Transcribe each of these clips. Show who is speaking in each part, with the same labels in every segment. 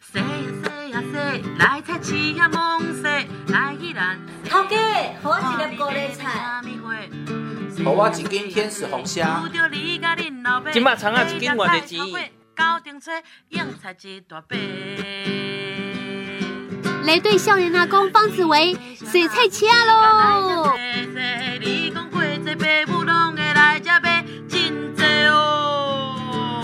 Speaker 1: せいせいやせい来菜鸡呀梦塞来依然。
Speaker 2: 头家，给我一粒高丽菜。。
Speaker 3: 给我一斤天使红虾。
Speaker 1: 即
Speaker 4: 现在葱仔一斤偌济钱？
Speaker 1: 高顶吹，硬菜一大杯。
Speaker 5: 来对少年阿公方子维，水菜切啊喽！
Speaker 1: 你讲过这爸母拢会来这买真济哦。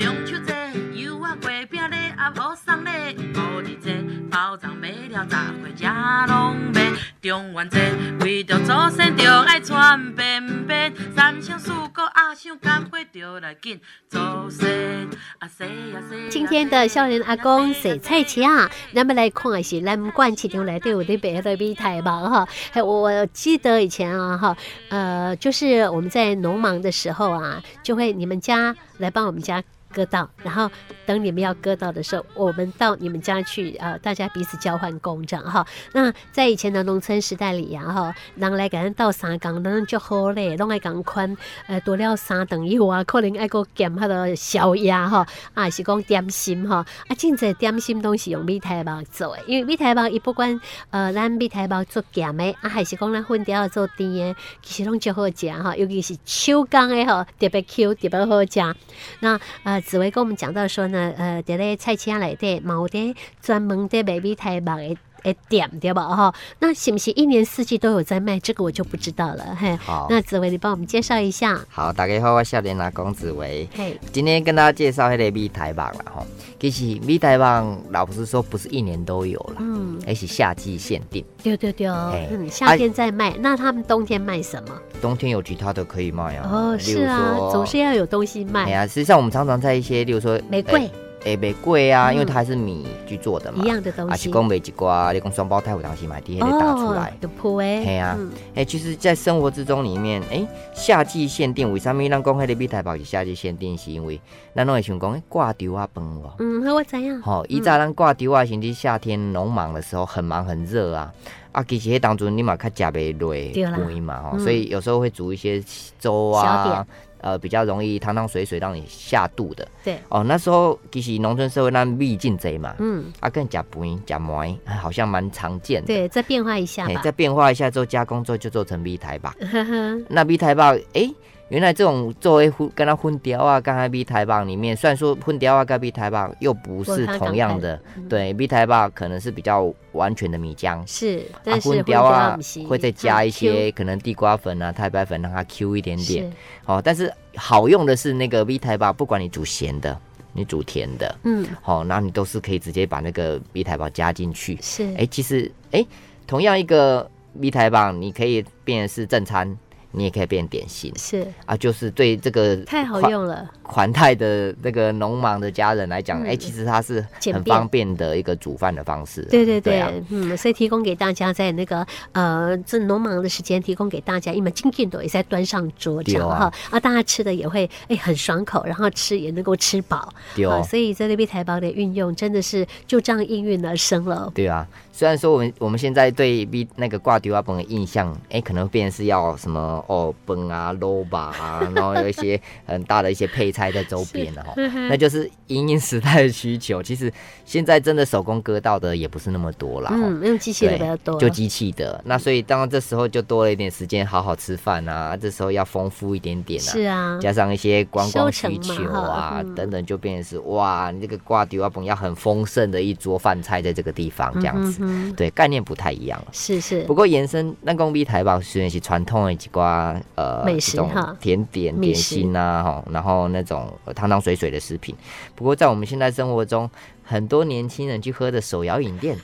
Speaker 1: 中秋节柚啊月饼咧，啊无送咧，五日节包粽买了十岁才拢卖。中元节为着祖先着爱穿便便，三生四果啊想干花着来紧祖先啊西啊西。
Speaker 5: 今天的少年阿公洗菜钱啊，咱们来看的是咱们县市场内底有咧卖的米苔吧哈。还我我记得以前啊哈，呃，就是我们在农忙的时候啊，就会你们家来帮我们家割稻，然后等你们要割稻的时候，我们到你们家去啊、呃大家彼此交换工账哈。那在以前的农村时代里呀、啊、哈，人来给咱斗三工，咱就好嘞，拢爱共款，呃，多了三顿以外，可能爱个减迄个宵夜吼，啊是讲点心吼，啊，真侪点心拢是用米苔包做的，因为米苔包伊不管呃咱米苔包做咸的，啊还是讲咱粉条做甜的，其实拢足好食吼，尤其是手工的吼，特别 Q，特别好食。那呃，紫薇跟我们讲到说呢，呃，伫咧菜市内底，嘛有伫专门伫卖米苔包的。诶，点对吧？哈、那是不是一年四季都有在卖？这个我就不知道了。嘿，
Speaker 6: 好
Speaker 5: 那紫薇，你帮我们介绍一下。
Speaker 6: 好，大家好，我少年阿公子维，
Speaker 5: 嘿，
Speaker 6: 今天跟大家介绍迄个米苔棒啦吼。其实米苔棒老实说不是一年都有啦，
Speaker 5: 嗯，
Speaker 6: 而是夏季限定，
Speaker 5: 对对对，
Speaker 6: 哎
Speaker 5: 嗯，夏天在卖，那他们冬天卖什么？
Speaker 6: 冬天有其他的可以卖啊。
Speaker 5: 哦，
Speaker 6: 例如
Speaker 5: 是啊
Speaker 6: 说，
Speaker 5: 总是要有东西
Speaker 6: 哎
Speaker 5: 卖，
Speaker 6: 呀，实际上我们常常在一些，例如说
Speaker 5: 玫瑰
Speaker 6: 哎、哎玫瑰啊，
Speaker 5: 嗯
Speaker 6: 因为它还是米去做的嘛
Speaker 5: 一，样的东
Speaker 6: 啊
Speaker 5: 西
Speaker 6: 是。讲买一瓜，你讲双胞胎有当时买底下打出来。
Speaker 5: 有铺哎，
Speaker 6: 嘿啊
Speaker 5: 嗯
Speaker 6: 哎、其实，在生活之中里面，哎、夏季限定为啥物咱讲迄个米苔包是夏季限定？是因为咱拢会想讲，哎、挂吊啊饭哇。
Speaker 5: 嗯，那我怎样？
Speaker 6: 吼、以前咱挂吊啊，甚至夏天农忙的时候很忙很热啊，啊，其实迄当中你嘛较食袂落
Speaker 5: 对啦
Speaker 6: 饭嘛吼、
Speaker 5: 嗯
Speaker 6: 所以有时候会煮一些粥
Speaker 5: 小
Speaker 6: 啊
Speaker 5: 点，
Speaker 6: 呃，比较容易汤汤水水让你下肚的。
Speaker 5: 对，
Speaker 6: 哦，那时候其实农村社会咱米真济嘛，
Speaker 5: 嗯，
Speaker 6: 啊，更食饭食糜，哎好像蛮常见的。
Speaker 5: 对，再变化一下
Speaker 6: 嘿
Speaker 5: 吧。
Speaker 6: 再变化一下之后，加工之后就做成米苔棒。
Speaker 5: 呵呵，
Speaker 6: 那米苔棒，诶，原来这种作为混跟它混雕啊，跟它米苔棒里面，虽然说混雕啊跟米苔棒又不是同样的，
Speaker 5: 嗯
Speaker 6: 对，米苔棒可能是比较完全的米浆。
Speaker 5: 是，
Speaker 6: 啊
Speaker 5: 但是会
Speaker 6: 雕啊
Speaker 5: 不是，
Speaker 6: 会再加一些
Speaker 5: 嗯
Speaker 6: 可能地瓜粉啊、太白粉，让它 Q 一点
Speaker 5: Q，
Speaker 6: 点
Speaker 5: 是。
Speaker 6: 哦，但是好用的是那个米苔棒，不管你煮咸的，你煮甜的，
Speaker 5: 嗯，
Speaker 6: 好、哦，然后你都是可以直接把那个米苔棒加进去。
Speaker 5: 是，
Speaker 6: 哎、其实哎、同样一个米苔棒，你可以变成是正餐，你也可以变点心
Speaker 5: 是
Speaker 6: 啊。就是对这个
Speaker 5: 太好
Speaker 6: 款
Speaker 5: 用了，
Speaker 6: 款待的那个农忙的家人来讲，
Speaker 5: 嗯
Speaker 6: 哎、其实它是
Speaker 5: 简
Speaker 6: 很
Speaker 5: 便
Speaker 6: 方便的一个煮饭的方式啊、
Speaker 5: 对对对，
Speaker 6: 啊
Speaker 5: 嗯，所以提供给大家在那个呃这农忙的时间提供给大家，因为今天都也在端上桌这样
Speaker 6: 对啊
Speaker 5: 哈啊，大家吃的也会哎很爽口，然后吃也能够吃饱
Speaker 6: 对
Speaker 5: 啊，
Speaker 6: 哦。
Speaker 5: 所以在那边台胞的运用真的是就这样应运而生了。
Speaker 6: 对啊，虽然说我们我们现在对比那个挂丢啊本的印象，哎，可能变成是要什么哦本啊、肉吧啊， 然后有一些很大的一些配菜在周边的哈，
Speaker 5: 嗯
Speaker 6: 那就是因应时代的需求。其实现在真的手工割到的也不是那么多啦。
Speaker 5: 嗯，用机器的
Speaker 6: 对
Speaker 5: 比较多，
Speaker 6: 就机器的，那所以当然这时候就多了一点时间好好吃饭啊，这时候要丰富一点点啊，
Speaker 5: 是啊，
Speaker 6: 加上一些观光
Speaker 5: 收
Speaker 6: 需
Speaker 5: 成嘛
Speaker 6: 求
Speaker 5: 哈
Speaker 6: 啊、
Speaker 5: 嗯
Speaker 6: 等等，就变成是哇，你这个挂丢啊本要很丰盛的一桌饭菜在这个地方这样子。
Speaker 5: 嗯哼
Speaker 6: 对，概念不太一样了。
Speaker 5: 是是
Speaker 6: 不，过延伸，咱讲米台吧，虽然是传统的一寡呃
Speaker 5: 美食
Speaker 6: 这种
Speaker 5: 哈
Speaker 6: 甜点、
Speaker 5: 美
Speaker 6: 点
Speaker 5: 食
Speaker 6: 心啊，吼，然后那种呃汤汤水水的食品。不过在我们现在生活中，很多年轻人去喝的手摇饮 店，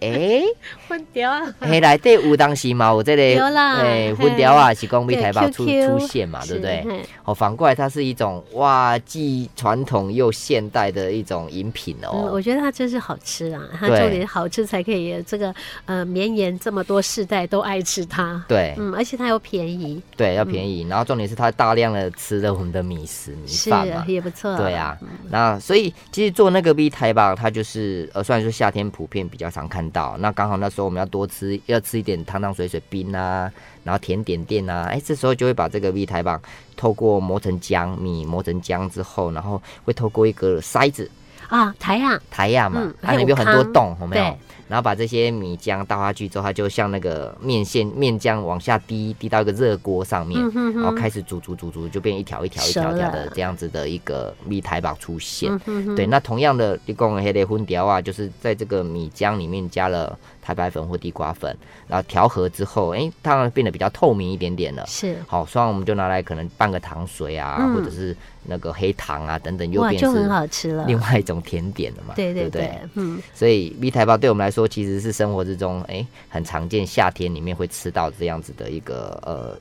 Speaker 6: 诶，
Speaker 5: 混掉啊，
Speaker 6: 嘿，来对有当时嘛，有这
Speaker 5: 有
Speaker 6: 个
Speaker 5: 啦
Speaker 6: 诶
Speaker 5: 嘿
Speaker 6: 混条啊，是讲米台吧
Speaker 5: 对
Speaker 6: 出
Speaker 5: QQ
Speaker 6: 出现嘛，对不
Speaker 5: 是
Speaker 6: 对？
Speaker 5: 嘿
Speaker 6: 哦，反过来它是一种哇，既传统又现代的一种饮品
Speaker 5: 嗯，
Speaker 6: 哦
Speaker 5: 我。觉得它真是好吃啊！它重
Speaker 6: 对
Speaker 5: 点好吃才可以这个呃绵延这么多世代都爱吃它。
Speaker 6: 对
Speaker 5: 嗯，而且它又便宜，
Speaker 6: 对，要便宜，然后重点是它大量的吃了我们的米食米
Speaker 5: 是嗯
Speaker 6: 饭嘛，
Speaker 5: 也不错。
Speaker 6: 对啊，那所以其实做那个 V 台吧，它就是呃，虽然说夏天普遍比较常看到，那刚好那时候我们要多吃，要吃一点汤汤水水冰啊，然后甜点店啊，哎，这时候就会把这个 V 台棒透过磨成浆，米磨成浆之后，然后会透过一个筛子，
Speaker 5: 啊，台啊，
Speaker 6: 台亚嘛
Speaker 5: 嗯，
Speaker 6: 它里面有很多洞，有没
Speaker 5: 对
Speaker 6: 有？然后把这些米浆倒下去之后，它就像那个面线面浆往下滴，滴到一个热锅上面，
Speaker 5: 嗯哼哼
Speaker 6: 然后开始煮煮煮煮，就变一条一条一条一条的这样子的一个米苔堡出现。
Speaker 5: 嗯
Speaker 6: 对，那同样的，你讲黑的荤条啊，就是在这个米浆里面加了太白粉或地瓜粉，然后调和之后，哎，当然变得比较透明一点点了。
Speaker 5: 是
Speaker 6: 好，虽然我们就拿来可能拌个糖水啊，
Speaker 5: 嗯
Speaker 6: 或者是那个黑糖啊等等，又
Speaker 5: 哇，
Speaker 6: 变
Speaker 5: 就
Speaker 6: 成
Speaker 5: 很好吃了。
Speaker 6: 另外一种甜点了
Speaker 5: 嗯
Speaker 6: 嘛，
Speaker 5: 对
Speaker 6: 对
Speaker 5: 对
Speaker 6: 不
Speaker 5: 对，嗯，
Speaker 6: 所以蜜台包对我们来说，其实是生活之中哎很常见，夏天里面会吃到这样子的一个呃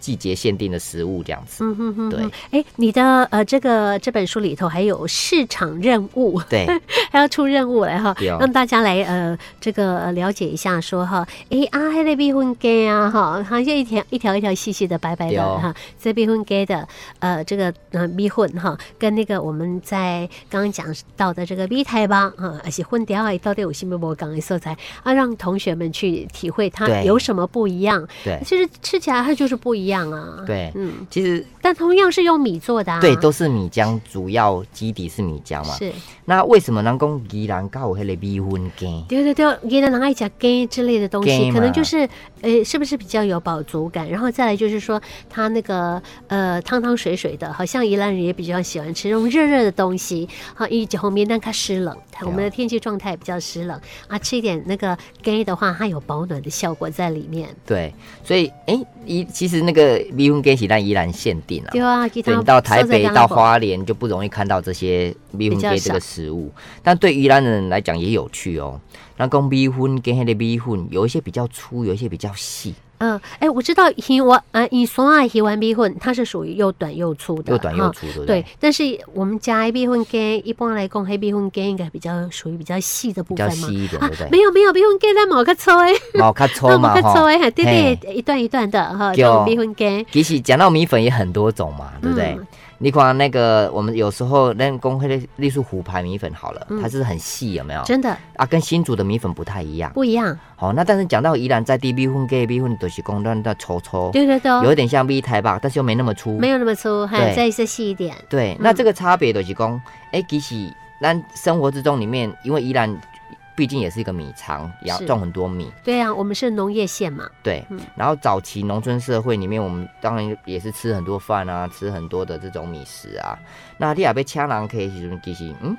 Speaker 6: 季节限定的食物这样子。
Speaker 5: 嗯哼哼
Speaker 6: 对
Speaker 5: 哼，哎，你的呃这个这本书里头还有市场任务，
Speaker 6: 对，
Speaker 5: 还要出任务来哈
Speaker 6: 对哦，
Speaker 5: 让大家来呃这个呃了解一下说哈，哎啊，黑的避婚街啊哈，好像一条一条一条细细的白白
Speaker 6: 对
Speaker 5: 的
Speaker 6: 哦
Speaker 5: 哈，这避婚街的呃这个呃蜜混哈，跟那个我们在刚刚讲到的这个蜜台吧啊，而且混掉啊到底有什么我港的色彩啊，让同学们去体会它
Speaker 6: 对
Speaker 5: 有什么不一样，
Speaker 6: 对
Speaker 5: 其实吃起来它就是不一样啊，
Speaker 6: 对
Speaker 5: 嗯，
Speaker 6: 其实
Speaker 5: 但同样是用米做的、啊，
Speaker 6: 对都是米浆，主要基底是米浆嘛。
Speaker 5: 是。
Speaker 6: 那为什么能讲宜兰告有迄个米粉羹？
Speaker 5: 对对对，越南人爱讲 gay 之类的东西，
Speaker 6: 鸡嘛
Speaker 5: 可能就是呃，是不是比较有饱足感？然后再来就是说，它那个呃汤汤水水的，好像宜兰人也比较喜欢吃这种热热的东西。好，一红面但它湿冷，它我们
Speaker 6: 啊
Speaker 5: 的天气状态比较湿冷啊，吃一点那个 gay 的话，它有保暖的效果在里面。
Speaker 6: 对，所以哎，宜其实那个米粉羹是咱宜兰限定啊。
Speaker 5: 对啊，给
Speaker 6: 对，
Speaker 5: 它
Speaker 6: 你到台北、
Speaker 5: 收在
Speaker 6: 到
Speaker 5: 那里
Speaker 6: 花莲就不容易看到这些米粉
Speaker 5: 比较
Speaker 6: 羹
Speaker 5: 少
Speaker 6: 这个食物，但对宜兰人来讲也有趣哦。那讲米粉跟那个米粉，有一些比较粗，有一些比较细，
Speaker 5: 嗯，哎，我知道鱼丸啊，以酸啊鱼丸米粉，它是属于又短又粗的，
Speaker 6: 又短
Speaker 5: 啊哈
Speaker 6: 又粗，对不对？
Speaker 5: 对，但是我们加黑蜜粉羹，一般来讲，黑蜜粉羹应该比较属于比较细的部
Speaker 6: 比较
Speaker 5: 分嘛。
Speaker 6: 细一点，
Speaker 5: 啊
Speaker 6: 对不，
Speaker 5: 没
Speaker 6: 对？
Speaker 5: 有没有，蜜粉羹咱冇个粗诶，
Speaker 6: 毛较粗嘛，
Speaker 5: 冇个粗
Speaker 6: 吼
Speaker 5: 诶，还对
Speaker 6: 嘿
Speaker 5: 对，一段一段的哈，这
Speaker 6: 对
Speaker 5: 种蜜粉羹。
Speaker 6: 其实讲到米粉也很多种嘛，对不对？
Speaker 5: 嗯
Speaker 6: 你看那个，我们有时候那工会的例如虎牌米粉好了，它是很细，有没有？
Speaker 5: 嗯真的
Speaker 6: 啊，跟新竹的米粉不太一样。
Speaker 5: 不一样，
Speaker 6: 好，那但是讲到宜兰在地米粉跟米粉都是公段的稠稠，
Speaker 5: 对对对
Speaker 6: 有
Speaker 5: 哦，
Speaker 6: 一点像 V 台吧，但是又没那么粗。
Speaker 5: 没有嗯那么粗，还
Speaker 6: 对
Speaker 5: 再再细一点，
Speaker 6: 对，那这个差别就是讲，哎、其实咱生活之中里面，因为宜兰毕竟也是一个米仓，也要
Speaker 5: 是嗯
Speaker 6: 种很多米。
Speaker 5: 对啊，我们是农业县嘛，
Speaker 6: 对，然后早期农村社会里面，我们当然也是吃很多饭啊，吃很多的这种米食啊。那你也被请人客的时阵，其实嗯，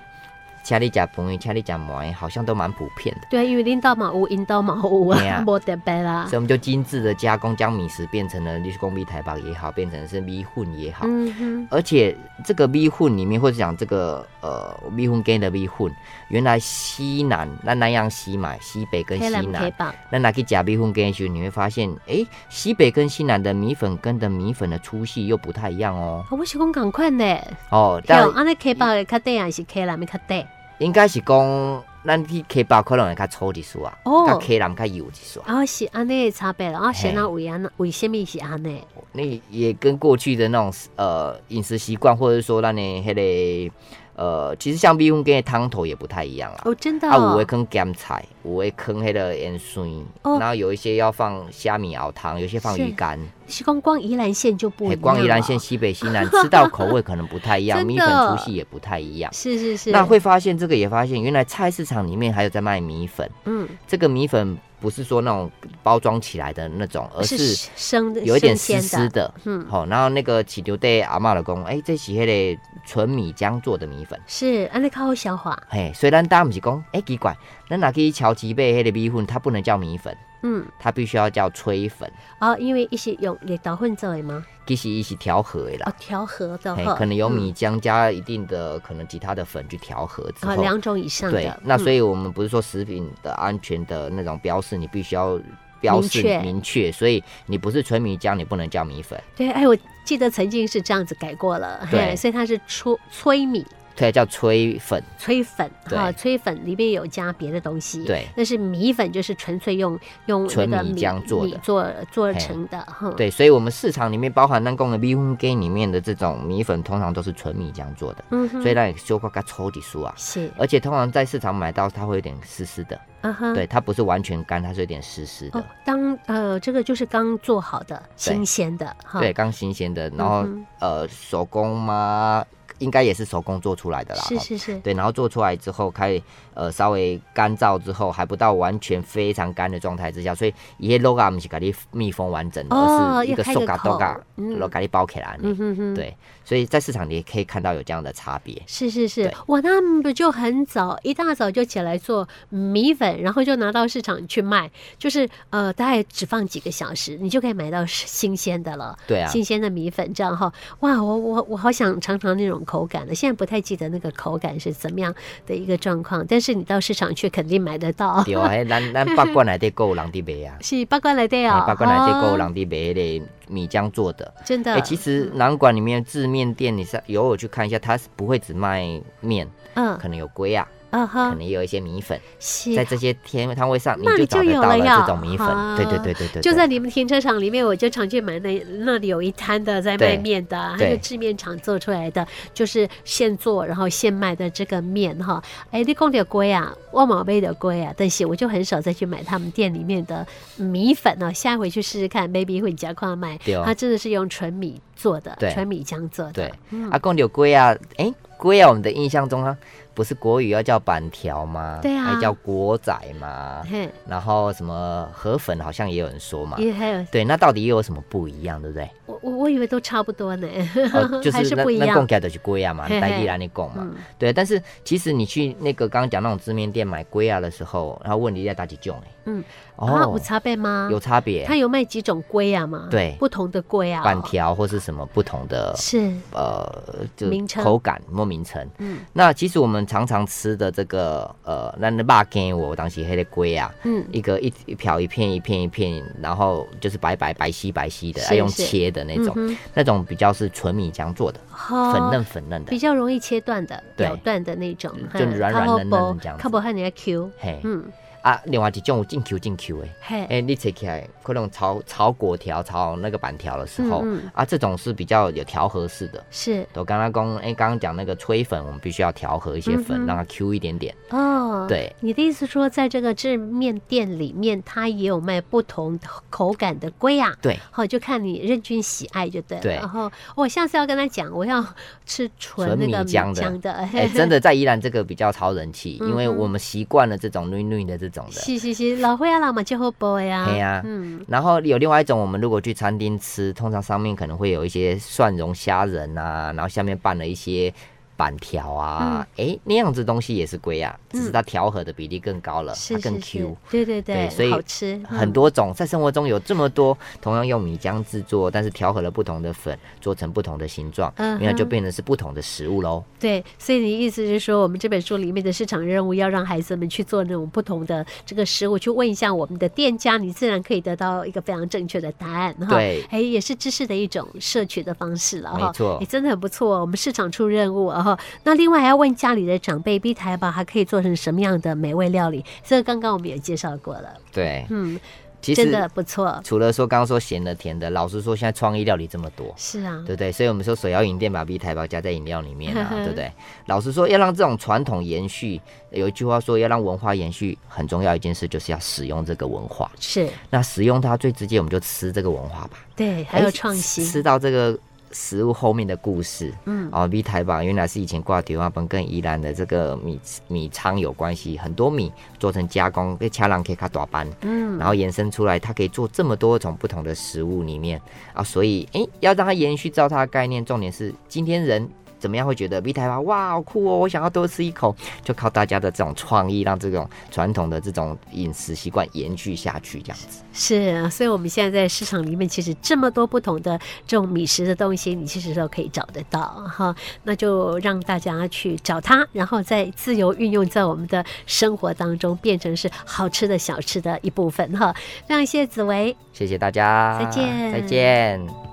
Speaker 6: 请你吃饭，请你吃糜，好像都蛮普遍的。
Speaker 5: 对啊，因为领导嘛有，引导嘛有
Speaker 6: 对
Speaker 5: 啊
Speaker 6: 啊，
Speaker 5: 冇得别啦
Speaker 6: 所以，我们就精致的加工，将米食变成了，就是公米台包也好，变成是米混也好，
Speaker 5: 嗯哼，
Speaker 6: 而且这个米混里面，或者讲这个呃米混跟的米混，原来西南那南洋西嘛，西北跟
Speaker 5: 黑
Speaker 6: 西
Speaker 5: 蓝黑
Speaker 6: 南，
Speaker 5: 棒，
Speaker 6: 那拿去假米混跟的时候，你会发现，诶，西北跟西南的米粉跟的米粉的粗细又不太一样哦。
Speaker 5: 啊我是讲赶快呢，
Speaker 6: 哦，但
Speaker 5: 有安啊尼黑棒的较短，还是黑蓝的较短？
Speaker 6: 应该是讲，咱去 K 包可能会较粗一丝啊，
Speaker 5: 哦
Speaker 6: 较 K 南较油一丝啊。
Speaker 5: 啊是安尼的差别了，啊，
Speaker 6: 嘿
Speaker 5: 是那为安那为什么是安尼？
Speaker 6: 那也跟过去的那种呃饮食习惯，或者说让你那个呃，其实像米粉跟的汤头也不太一样啊。
Speaker 5: 哦，真的、
Speaker 6: 啊，有
Speaker 5: 哦
Speaker 6: 的，坑咸菜，有的坑迄个盐酸，
Speaker 5: 哦
Speaker 6: 然后有一些要放虾米熬汤，有些放
Speaker 5: 是
Speaker 6: 鱼干。
Speaker 5: 是光光宜兰县就不一
Speaker 6: 嘿
Speaker 5: 样了，啊
Speaker 6: 光宜兰县西北西南吃到口味可能不太一样，
Speaker 5: 真的
Speaker 6: 米粉粗细也不太一样。
Speaker 5: 是是是，
Speaker 6: 那会发现这个也发现，原来菜市场里面还有在卖米粉。
Speaker 5: 嗯，
Speaker 6: 这个米粉不是说那种包装起来的那种，而是
Speaker 5: 生的
Speaker 6: 有一点
Speaker 5: 生
Speaker 6: 湿
Speaker 5: 鲜
Speaker 6: 湿
Speaker 5: 的，
Speaker 6: 的。
Speaker 5: 嗯，
Speaker 6: 好、然后那个起牛对阿嬷老公，哎、这是迄个纯米浆做的米粉。
Speaker 5: 是安尼较好消化，
Speaker 6: 嘿，虽然大家不是讲，哎、奇怪，咱哪去乔吉贝黑的米粉，它不能叫米粉，
Speaker 5: 嗯，
Speaker 6: 它必须要叫吹粉，
Speaker 5: 哦，因为一是用绿豆混做的吗？
Speaker 6: 其实一起调和的
Speaker 5: 哦
Speaker 6: 啦，，
Speaker 5: 调和的
Speaker 6: 嘿
Speaker 5: 哈，嗯哦
Speaker 6: 可能有米浆加一定的可能其他的粉去调和之
Speaker 5: 啊
Speaker 6: 后，
Speaker 5: 两种以上
Speaker 6: 对
Speaker 5: 的，，
Speaker 6: 那
Speaker 5: 嗯
Speaker 6: 所以我们不是说食品的安全的那种标示，你必须要标
Speaker 5: 明
Speaker 6: 示
Speaker 5: 确
Speaker 6: 明确，所以你不是纯米浆，你不能叫米粉，
Speaker 5: 对，哎，我记得曾经是这样子改过了，
Speaker 6: 对
Speaker 5: 嘿所以它是粗催米。
Speaker 6: 对，叫吹粉，
Speaker 5: 催粉
Speaker 6: 对
Speaker 5: 哈，催粉里面有加别的东西，
Speaker 6: 对
Speaker 5: 但是米粉就是纯粹用用那
Speaker 6: 纯
Speaker 5: 个
Speaker 6: 米
Speaker 5: 米
Speaker 6: 浆做
Speaker 5: 米
Speaker 6: 的
Speaker 5: 做做
Speaker 6: 嘿
Speaker 5: 成的哈，
Speaker 6: 对，所以我们市场里面包含那供的米粉羹里面的这种米粉，通常都是纯米浆做的，
Speaker 5: 嗯哼
Speaker 6: 所以让你修过它抽几束啊。
Speaker 5: 是，
Speaker 6: 而且通常在市场买到，它会有点湿湿的，
Speaker 5: 嗯哼，
Speaker 6: 呃对，它不是完全干，它是有点湿湿
Speaker 5: 哦
Speaker 6: 的，，
Speaker 5: 当呃，这个就是刚做好的、
Speaker 6: 对
Speaker 5: 新鲜的哈。
Speaker 6: 对，，刚新鲜的，然后
Speaker 5: 嗯
Speaker 6: 呃，手工吗？应该也是手工做出来的啦。
Speaker 5: 是
Speaker 6: 哈
Speaker 5: 是是，
Speaker 6: 对，然后做出来之后，开始呃稍微干燥之后，还不到完全非常干的状态之下，所以伊迄 logo 不是给你密封完整的，
Speaker 5: 哦
Speaker 6: 而是一
Speaker 5: 要
Speaker 6: 个
Speaker 5: 开
Speaker 6: 塑
Speaker 5: 个
Speaker 6: 胶
Speaker 5: 口
Speaker 6: 豆嘎，
Speaker 5: 嗯
Speaker 6: 然后给你包起来。
Speaker 5: 嗯哼哼，。
Speaker 6: 对，所以在市场你也可以看到有这样的差别。
Speaker 5: 是是是
Speaker 6: 对，
Speaker 5: 哇，那不就很早，一大早就起来做米粉，然后就拿到市场去卖，就是呃，大概只放几个小时，你就可以买到新鲜的了。
Speaker 6: 对啊，
Speaker 5: 新鲜的米粉这样哈，哇，我我我好想尝尝那种口感了。现在不太记得那个口感是怎么样的一个状况，但是你到市场去肯定买得到。，
Speaker 6: 对啊，迄咱咱八卦内底够有人伫卖啊
Speaker 5: 哦 是八卦来的哦，
Speaker 6: 哎八卦内底够有
Speaker 5: 哦
Speaker 6: 人伫卖迄个米浆做的。
Speaker 5: 真的。嗯
Speaker 6: 哎、其实南馆里面字面店，你是有我去看一下，它是不会只卖面，
Speaker 5: 嗯
Speaker 6: 可能有龟啊，
Speaker 5: 嗯
Speaker 6: 可
Speaker 5: 哈，
Speaker 6: 能也有一些米粉，
Speaker 5: 是
Speaker 6: 在这些天摊位上你
Speaker 5: 那
Speaker 6: 就
Speaker 5: 你
Speaker 6: 找
Speaker 5: 就
Speaker 6: 得
Speaker 5: 有
Speaker 6: 到
Speaker 5: 了呀
Speaker 6: 这种米粉。
Speaker 5: 啊
Speaker 6: 对对对对对，
Speaker 5: 就
Speaker 6: 对
Speaker 5: 在你们停车场里面，我就常去买那那里有一摊的在卖
Speaker 6: 对
Speaker 5: 面的啊，它
Speaker 6: 对
Speaker 5: 就制面厂做出来的，就是现做然后现卖的这个面哈。哎，你讲的龟啊，我毛贝的龟啊，但是我就很少再去买他们店里面的米粉了、下回去试试看，maybe 会加快卖
Speaker 6: 对哦。
Speaker 5: 它真的是用纯米做的，
Speaker 6: 对
Speaker 5: 纯米浆做的。
Speaker 6: 对，啊，公有龟啊，哎、龟啊，我们的印象中啊，不是国语要叫板条吗？
Speaker 5: 对啊
Speaker 6: 还叫锅仔吗？
Speaker 5: 嘿，
Speaker 6: 然后什么河粉好像也有人说嘛。
Speaker 5: 也还有
Speaker 6: 对，那到底又有什么不一样，对不对？
Speaker 5: 我我我以为都差不多呢，
Speaker 6: 哦，就
Speaker 5: 还
Speaker 6: 是
Speaker 5: 是
Speaker 6: 那
Speaker 5: 不一
Speaker 6: 那
Speaker 5: 样
Speaker 6: 贡。起来就是龟啊嘛，
Speaker 5: 嘿嘿
Speaker 6: 单一兰你贡嘛，
Speaker 5: 嗯
Speaker 6: 对。但是其实你去那个刚刚讲那种字面店买龟啊的时候，然后问你在打几种哎，
Speaker 5: 嗯，啊，
Speaker 6: 哦
Speaker 5: 有，差别吗？
Speaker 6: 有差别
Speaker 5: 它，有卖几种龟啊吗？
Speaker 6: 对
Speaker 5: 不同的龟啊、
Speaker 6: 板条或是什么不同的
Speaker 5: 是
Speaker 6: 呃，就
Speaker 5: 名称
Speaker 6: 口感或名称。
Speaker 5: 嗯
Speaker 6: 那其实我们常常吃的这个呃，那那肉羹，我当时黑的龟啊，
Speaker 5: 嗯
Speaker 6: 一个一一瓢一片一片一片，然后就是白白白皙白皙的，
Speaker 5: 是
Speaker 6: 要用
Speaker 5: 是
Speaker 6: 切的那种，
Speaker 5: 嗯
Speaker 6: 那种比较是纯米浆做的，
Speaker 5: 哼
Speaker 6: 粉嫩
Speaker 5: 哦
Speaker 6: 粉嫩的
Speaker 5: 比，较容易切断的、
Speaker 6: 对嗯
Speaker 5: 咬断的那种，
Speaker 6: 就软软嫩嫩这样子
Speaker 5: 靠不和人家 Q，
Speaker 6: 嘿，
Speaker 5: 嗯，
Speaker 6: 啊，另外一种有进 Q 进 Q 的。哎、
Speaker 5: 嘿，
Speaker 6: 你切起来可能炒炒果条、炒那个板条的时候，
Speaker 5: 嗯嗯
Speaker 6: 啊，这种是比较有调和式的。
Speaker 5: 是
Speaker 6: 我刚刚讲，哎、刚刚讲那个吹粉，我们必须要调和一些
Speaker 5: 嗯
Speaker 6: 粉，
Speaker 5: 哼
Speaker 6: 让它 Q 一点点。
Speaker 5: 哦，。
Speaker 6: 对，
Speaker 5: 你的意思说，在这个制面店里面，它也有卖不同口感的龟啊？
Speaker 6: 对，
Speaker 5: 好，就看你任君喜爱就对了。
Speaker 6: 对
Speaker 5: 然后哦我下次要跟他讲，我要吃纯
Speaker 6: 纯
Speaker 5: 那
Speaker 6: 米
Speaker 5: 个米
Speaker 6: 浆的
Speaker 5: 浆的，
Speaker 6: 哎、真的在宜兰这个比较超人气，因为
Speaker 5: 嗯哼
Speaker 6: 我们习惯了这种绿绿的这种的。
Speaker 5: 是是是，老会啊，老嘛就好播呀。
Speaker 6: 嘿啊
Speaker 5: 嗯，
Speaker 6: 然后有另外一种，我们如果去餐厅吃，通常上面可能会有一些蒜蓉虾仁啊，然后下面拌了一些板条啊，
Speaker 5: 嗯
Speaker 6: 哎、那样子东西也是龟啊，只是它调和的比例更高了，
Speaker 5: 是
Speaker 6: 它更
Speaker 5: 是嗯
Speaker 6: Q
Speaker 5: 是。，对对
Speaker 6: 对所以
Speaker 5: 好吃，
Speaker 6: 很多种，在生活中有这么多，同样用米浆制作，但是调和了不同的粉，做成不同的形状，
Speaker 5: 嗯哼
Speaker 6: 那就变成是不同的食物喽。
Speaker 5: 对，所以你意思是说，我们这本书里面的市场任务要让孩子们去做那种不同的这个食物，去问一下我们的店家，你自然可以得到一个非常正确的答案哈。
Speaker 6: 对
Speaker 5: 哎，也是知识的一种摄取的方式了哈。
Speaker 6: 没错
Speaker 5: 哎，真的很不错、我们市场出任务哦。哈那另外还要问家里的长辈，碧台吧还可以做成什么样的美味料理？这个刚刚我们也介绍过了，
Speaker 6: 对，
Speaker 5: 嗯，
Speaker 6: 其
Speaker 5: 真的
Speaker 6: 实
Speaker 5: 不错。
Speaker 6: 除了说刚刚说咸的甜的，老实说，现在创意料理这么多。
Speaker 5: 是啊，
Speaker 6: 对不对？所以我们说手摇饮店把 B 台包加在饮料里面啊，
Speaker 5: 呵呵
Speaker 6: 对不对？老实说，要让这种传统延续，有一句话说，要让文化延续，很重要一件事就是要使用这个文化。
Speaker 5: 是，
Speaker 6: 那使用它最直接，我们就吃这个文化吧。
Speaker 5: 对，还有
Speaker 6: 哎
Speaker 5: 创新，
Speaker 6: 吃到这个食物后面的故事。
Speaker 5: 嗯
Speaker 6: 哦，V 台吧，原来是以前挂迪化本跟宜兰的这个米米仓有关系，很多米做成加工，被恰郎可以卡打班，
Speaker 5: 嗯
Speaker 6: 然后延伸出来，它可以做这么多种不同的食物里面啊，所以诶，要让它延续照它的概念，重点是今天人。怎么样会觉得 V 台吧，哇，好酷哦！我想要多吃一口，就靠大家的这种创意，让这种传统的这种饮食习惯延续下去，这样子。
Speaker 5: 是，啊所以我们现在在市场里面，其实这么多不同的这种米食的东西，你其实都可以找得到哈。那就让大家去找它，然后再自由运用在我们的生活当中，变成是好吃的小吃的一部分哈。非常谢谢紫薇，
Speaker 6: 谢谢大家，
Speaker 5: 再见
Speaker 6: 再见。